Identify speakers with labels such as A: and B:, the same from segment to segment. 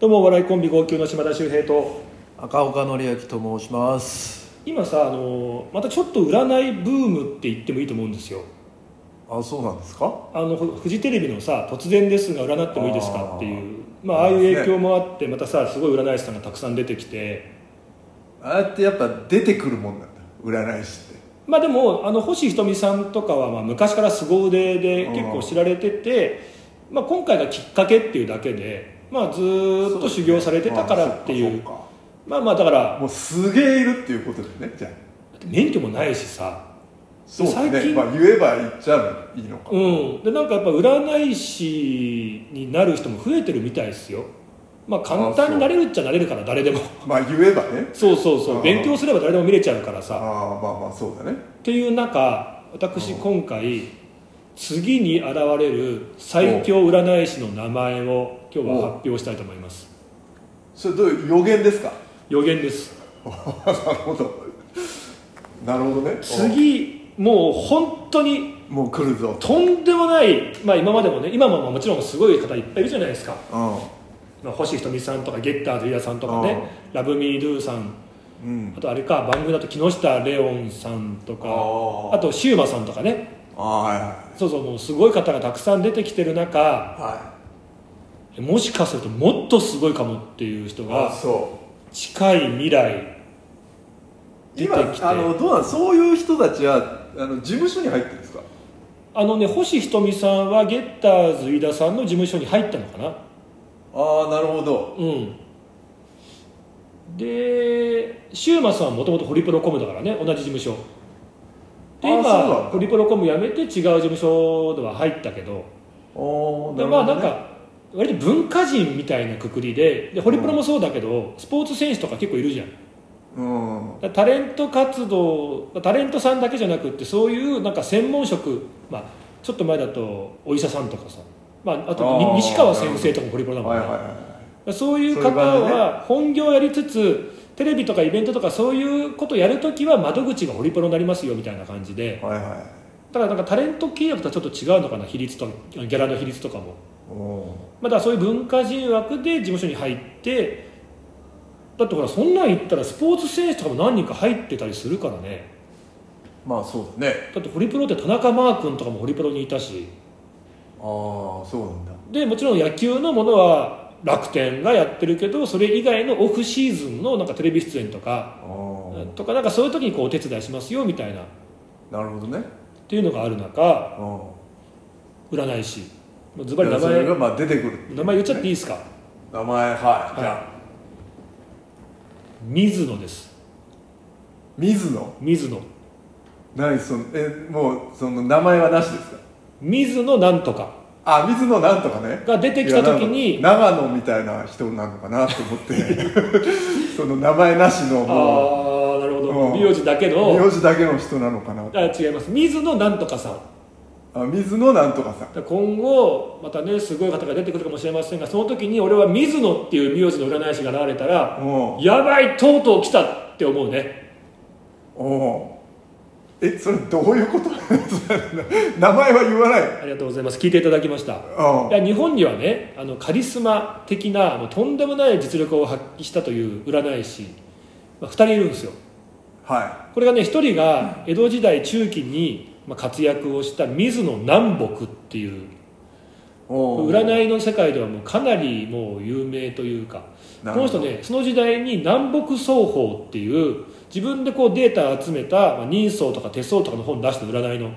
A: どうもお笑いコンビ号泣の島田秀平と
B: 赤岡典明と申します
A: 今さあのまたちょっと占いブームって言ってもいいと思うんですよ
B: あそうなんですか
A: あのフフジテレビのさ「突然ですが占ってもいいですか?」っていうまあああいう影響もあってまたさすごい占い師さんがたくさん出てきて
B: ああやってやっぱ出てくるもんなんだ占い師って
A: まあでもあの星ひとみさんとかはまあ昔から凄腕で
B: うん
A: 結構知られてて、まあ、今回がきっかけっていうだけで、まあ、ずーっと修行されてたからっていう
B: あそか
A: まあまあだか
B: そからもうすげえいるっていうことでねじゃあ
A: 免許もないしさ
B: そうですね
A: 最近
B: まあ、言えば言っちゃういいのか、
A: うん、でなんかやっぱ占い師になる人も増えてるみたいですよまあ簡単になれるっちゃなれるから誰でも
B: まあ言えばね
A: そうそうそ
B: あ
A: う
B: ー
A: 勉強すれば誰でも見れちゃうから
B: ああ
A: さ
B: まあまあそうだね
A: っていう中私
B: うん
A: 今回次に現れる最強占い師の名前を今日は発表したいと思います
B: それどういう予言ですか
A: 予言です
B: なるほどなるほどね
A: 次もう本当に
B: おもう来るぞと
A: とんでもない、まあ、今までもね今ももちろんすごい方いっぱいいるじゃないですか
B: う
A: まあ、星ひとみさんとかゲッターズ飯田さんとかね「ラブミードゥさん
B: んうん
A: あとあれか番組だと木下レオンさんとか
B: あー
A: あとシウマさんとかね
B: ああはいはい
A: そうそうもうすごい方がたくさん出てきてる中
B: は
A: もしかするともっとすごいかもっていう人
B: いあ
A: が
B: そう
A: 近い未来出てき
B: 今
A: て
B: あのどうなんそういう人たちはあの事務所に入ってるんですか
A: あのね星ひとみさんはゲッターズ飯田さんの事務所に入ったのかな
B: ああなるほど
A: うんでシウマさんはもともとホリプロコムだからね同じ事務所で
B: あそうなん
A: 今
B: だ
A: ホリプロコム辞めて違う事務所では入ったけど
B: お
A: でまあなんか割と文化人みたいなくくりででホリプロもそうだけどスポーツ選手とか結構いるじゃんだか
B: うん
A: らタレント活動タレントさんだけじゃなくってそういうなんか専門職、まあ、ちょっと前だとお医者さんとかさ、まあ、あとに
B: あー
A: 西川先生とかもホリプロだもん
B: はい
A: ね、
B: はいは
A: そういう方
B: そういう感
A: は本業やりつつテレビとかイベントとかそういうことやるときは窓口がホリプロになりますよみたいな感じで
B: いはいは
A: だからなんかタレント契約とはちょっと違うのかな比率とギャラの比率とかも、
B: いお
A: まあ、だからそういう文化人枠で事務所に入ってだってほらそんなん言ったらスポーツ選手とかも何人か入ってたりするからね
B: まあそうだね
A: だってホリプロって田中マー君とかもホリプロにいたし
B: ああそうなんだ
A: でもちろん野球のものは楽天がやってるけどそれ以外のオフシーズンのなんかテレビ出演とか
B: ああ
A: とかなんかそういう時にこうお手伝いしますよみたいなっ
B: なるほどね
A: ていうのがある中
B: う
A: 占い師もうズ
B: ん
A: バリ名
B: それが
A: 前
B: まあ出てくる
A: 名前言っちゃっていいですか
B: 名前はいじゃあ
A: 水野です
B: 水野
A: 水野
B: 何そのえもうその名前はなしですか
A: 水野なんとか
B: あ水野なんとかね
A: が出てきた時に
B: いやなんか長野みたいな人なのかなと思って その名前なしの
A: あ
B: も
A: あなるほ
B: う
A: ど
B: ん
A: 美容師だけ
B: う
A: の
B: 名字だけの人なのかな
A: あ違います水野なんとかさん
B: あ水野なんとかさん
A: だから今後またねすごい方が出てくるかもしれませんがその時に俺は水野っていう美容師の占い師が現れたら
B: おう
A: やばいとうとう来たって思うね
B: おうえそれどういうこと 名前は言わない
A: ありがとうございます聞いていただきました
B: お
A: いや日本にはねあのカリスマ的なもうとんでもない実力を発揮したという占い師、まあ、2人いるんですよ
B: は
A: これがね1人が江戸時代中期にまあ活躍をした水野南北っていう
B: いおう
A: 占いの世界ではもうかなりもう有名というかこ
B: なるほ
A: の
B: ど
A: 人ねその時代に南北双方っていう自分でこうデータを集めた、まあ、人相とか手相とかの本出した占いの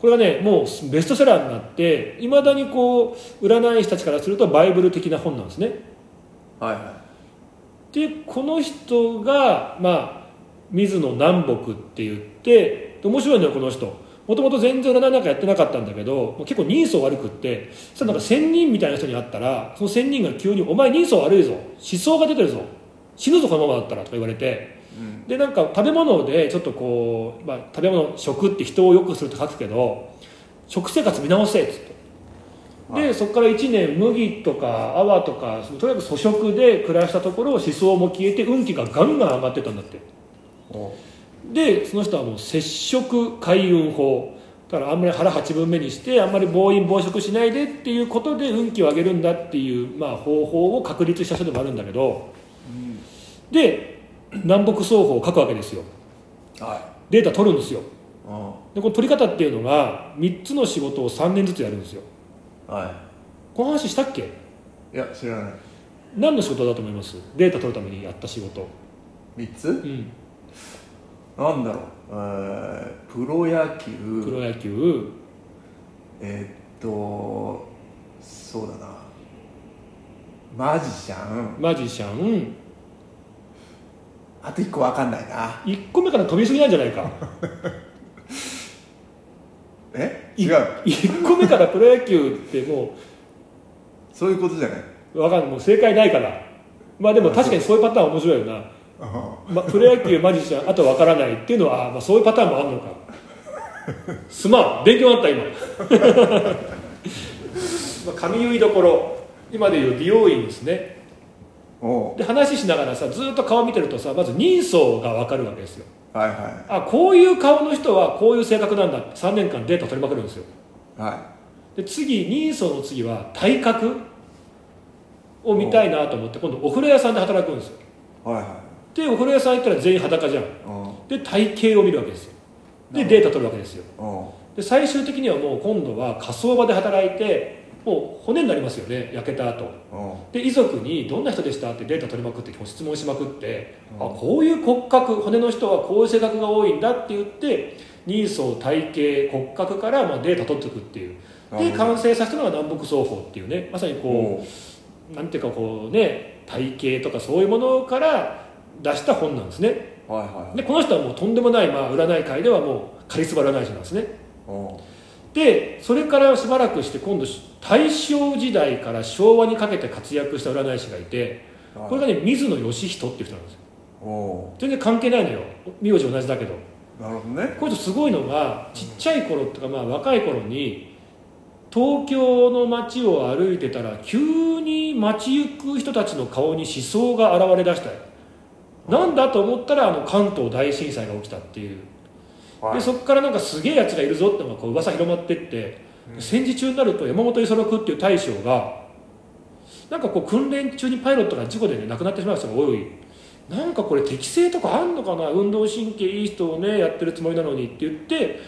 A: これがねもうベストセラーになっていまだにこう占い師たちからするとバイブル的な本なんですね
B: はいは
A: でこの人が、まあ、水野南北って言ってで面白いのよこの人もともと全然占いなんかやってなかったんだけどもう結構人相悪くってそしたらなんか仙人みたいな人に会ったらその仙人が急に「お前人相悪いぞ思想が出てるぞ死ぬぞこのままだったら」とか言われて
B: い、うん、
A: でなんか食べ物でちょっとこう、まあ、食べ物食って人を良くするって書くけど食生活見直せっつって。でそこから1年麦とか泡とかとにかく粗食で暮らしたところ思想も消えて運気がガンガン上がってったんだって
B: おう
A: でその人はもう摂食開運法だからあんまり腹八分目にしてあんまり暴飲暴食しないでっていうことで運気を上げるんだっていう、まあ、方法を確立した人でもあるんだけどで南北双方を書くわけですよ
B: は
A: データ取るんですよ
B: いうん
A: でこの取り方っていうのが3つの仕事を3年ずつやるんですよ
B: は
A: この話したっけ
B: いいや知らない
A: 何の仕事だと思いますデータ取るためにやった仕事
B: 3つ
A: うん
B: なんだろう、えー、プロ野
A: プ
B: 球
A: ロ野球
B: えーっとそうだなマジシャン
A: マジシャン
B: あと1個わかんないな
A: 1個目から飛びすぎなんじゃないか
B: え
A: い
B: 違う
A: 1個目からプロ野球っても
B: そういうことじゃないう
A: わかんないもう正解ないからまあでも確かにそういうパターン面白いよな、
B: うん
A: ま、プロ野球マジシャンあとわからないっていうのはあー、まあ、そういうパターンもあるのかすまん勉強になった今 まあ髪結いどころ今でいう美容院ですね
B: おう
A: で話しながらさずっと顔見てるとさまず人相がわかるわけですよ
B: はいは
A: あこういう顔の人はこういう性格なんだって3年間データ取りまくるんですよ
B: いは
A: で次人相の次は体格を見たいなと思って今度お風呂屋さんで働くんですよ
B: いはいは
A: でお風呂屋さん行ったら全員裸じゃん
B: いうん
A: で体型を見るわけですよでデータ取るわけですよ
B: うん
A: で最終的にはもう今度は火葬場で働いてもう骨になりますよね焼けた後
B: うん
A: で遺族に「どんな人でした?」ってデータ取りまくって質問しまくって、
B: うん
A: あこういう骨格骨の人はこういう性格が多いんだって言って人相体型骨格からまあデータ取っていくっていう
B: なる
A: で
B: ほど
A: 完成させたのが南北双方っていうねまさにこ
B: おう
A: う、なんていうかこうね体型とかそういうものから出した本なんですね
B: はいはい
A: でこの人はもうとんでもない、まあ、占い界ではもうカリスマ占い師なんですね
B: おう
A: でそれからしばらくして今度大正時代から昭和にかけて活躍した占い師がいて、
B: はい
A: これがね水野義人っていう人なんですよ
B: お
A: 全然関係ないのよ名字同じだけど
B: うなるほどね
A: この人すごいのがちっちゃい頃とかまあ若い頃に東京の街を歩いてたら急に街行く人たちの顔に思想が現れだしたよなんだと思ったらあの関東大震災が起きたっていう
B: は
A: で
B: い
A: そこからなんかすげえやつがいるぞってのがこう噂広まってって、
B: うん
A: 戦時中になると山本五十六っていう大将がなんかこう訓練中にパイロットが事故で、ね、亡くなってしまう人が多いなんかこれ適性とかあんのかな運動神経いい人をねやってるつもりなのにって言って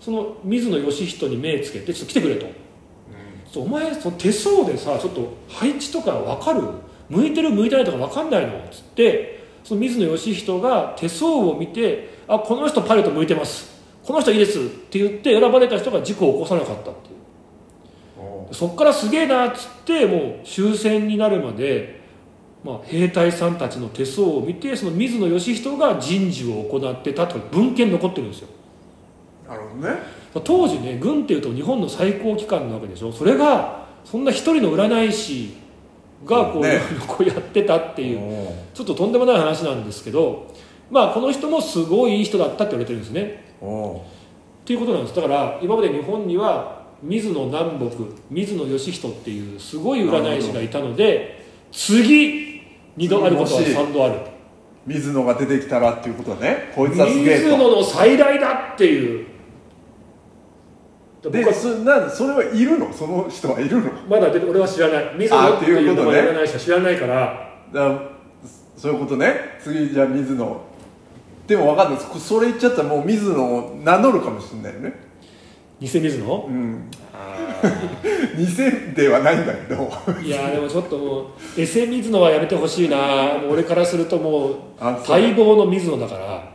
A: その水野義人に目つけてちょっと来てくれとちょっとお前その手相でさちょっと配置とか分かる向いてる向いてないとか分かんないのっつってその水野義人が手相を見て「あこの人パイロット向いてますこの人いいです」って言って選ばれた人が事故を起こさなかったっていう
B: おう
A: そっからすげえなっつってもう終戦になるまで、まあ、兵隊さんたちの手相を見てその水野義人が人事を行ってたという文献残ってるんですよ
B: なるほどね
A: 当時ね軍っていうと日本の最高機関なわけでしょそれがそんな一人の占い師がこう,、
B: ね
A: こうやってたっていう
B: おう
A: ちょっととんでもない話なんですけどまあこの人もすごいいい人だったって言われてるんですね
B: おう
A: っていうことなんですだから今まで日本には水野南北水野義人っていうすごい占い師がいたので次二度あることは
B: 次もし
A: 三度ある
B: 水野が出てきたらっていうことだねこいつはすげえ
A: 水野
B: と
A: の最大だっていう僕
B: で
A: は
B: そなんそれはいるのその人はいるのだか
A: まだ出て俺は知らない水野
B: あー
A: っ
B: ってて
A: い
B: いううこ
A: 名
B: と
A: 前
B: ね
A: がないし知らないから
B: らそういうことね次じゃあ水野でも分かんないそそれ言っちゃったらもう水野を名乗るかもしれないよね
A: 偽水野
B: うん偽ではないんだけど
A: いやーでもちょっともうエセ水野はやめてほしいなもう俺からするともう
B: あそう
A: 待望の水野だから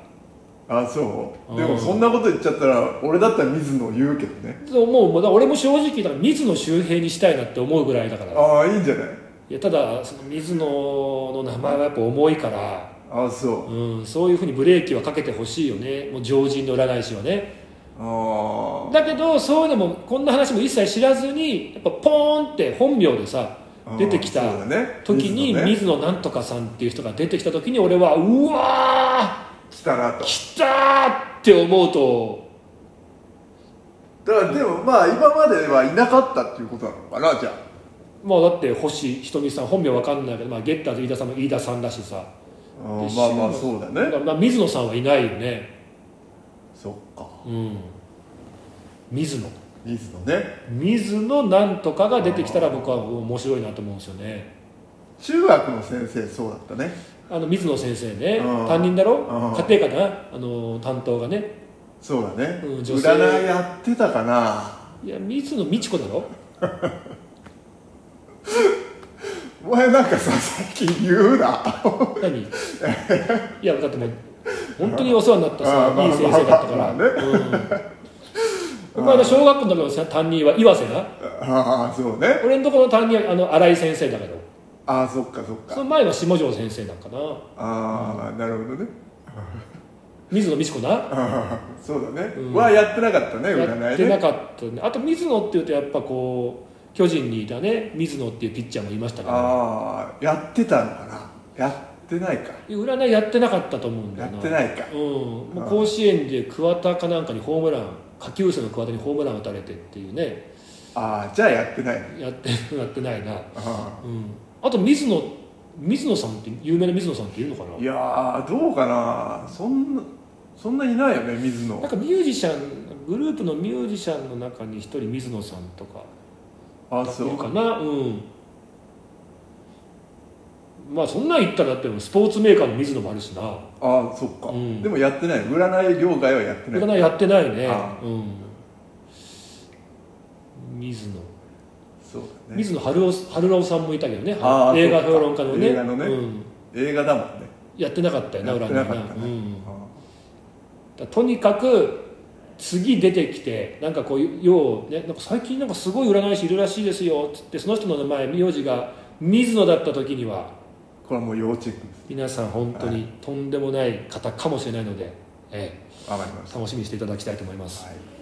B: あそうで
A: うん
B: もそんなこと言っちゃったら俺だったら水野言うけどね
A: そうもうまだ俺も正直だから水野周平にしたいなって思うぐらいだから
B: ああいいんじゃない
A: いやただその水野の名前はやっぱ重いから、
B: あそう
A: うん、そういうふうにブレーキはかけてほしいよねもう常人の占い師はね
B: あ
A: だけどそういうのもこんな話も一切知らずにやっぱポーンって本名でさ
B: あ
A: 出てきた
B: そうだね
A: 時に
B: 水野ね
A: 水野なんとかさんっていう人が出てきた時に俺はうわ
B: 来たな
A: ー
B: と
A: 来たーって思うと
B: だからでもまあ今まではいなかったっていうことなのかなじゃ
A: まあだって星ひとみさん本名わかんないけど、まあ、ゲッターズ飯田さんも飯田さんだしさ
B: あうん
A: で
B: まあまあ
A: し
B: そうだ
A: だか
B: ね
A: らまあ水野さんはいないよね
B: そっか
A: うん水野
B: 水野ね
A: 水野なんとかが出てきたら僕は面白いなと思うんですよね
B: 中学の先生そうだったね
A: あの水野先生ね
B: うん
A: 担任だろ
B: うん
A: 家庭科なあの担当がね
B: そうだね、
A: うん女性
B: 占いやってたかない
A: や水野美智子だろ
B: お前なんかさ最近言うな
A: 何 いやだってもう本当にお世話になった
B: あ
A: さ
B: ーまあ
A: いい先生だったか
B: ま
A: ら、
B: あ
A: うん
B: まあ
A: 僕はあの小学校の時の担任は岩瀬な
B: ああそうね
A: 俺のところの担任はあの新井先生だけど
B: ああそっかそっ
A: その
B: か
A: 前は下條先生だっかな
B: ああなるほどね
A: 水野美智子な
B: ああそうだね、
A: うん
B: はやってなかったね
A: や
B: 占
A: っ
B: い
A: て
B: ね
A: なかったねあと水野っていうとやっぱこう巨人にいたね水野っていうピッチャーもいましたから
B: ああやってたのかなやってないか
A: 占いやってなかったと思うんだ
B: や
A: よな
B: ってないか
A: うん、もう甲子園で桑田かなんかにホームラン下級生の桑田にホームラン打たれてっていうね
B: ああじゃあやってないね
A: やってやってないな、
B: あ
A: うん、あと水野水野さんって有名な水野さんっているのか
B: あ
A: ない
B: やーどうかなそんなそんないないよね水
A: なん
B: 野
A: かミュージシャングループのミュージシャンの中に一人水野さんとか
B: ああ
A: い
B: そう
A: るかなうんまあそんなん言ったらだってスポーツメーカーの水野もあるしな
B: ああそっか、
A: うん
B: でもやってない占い業界はやってない
A: 占いやってないね
B: あ
A: うん水野
B: そうだね
A: 水野春夫春郎さんもいたけどね
B: あー
A: 映画
B: そうか
A: 評論家のね
B: 映画のね
A: うん、
B: 映画だもんね
A: やってなかったよな
B: や
A: 占
B: っ
A: い
B: て
A: な
B: なかったね、
A: うん、だか
B: あ
A: らとにかく次出てきてなんかこうよう、ね、なんか最近なんかすごい占い師いるらしいですよっつってその人の名前名字が水野だった時には
B: あこれはもう要チェックで
A: 皆さん本当にとんでもない方かもしれないので、え
B: すわかりま
A: え
B: し
A: 楽しみにしていただきたいと思います
B: た、はい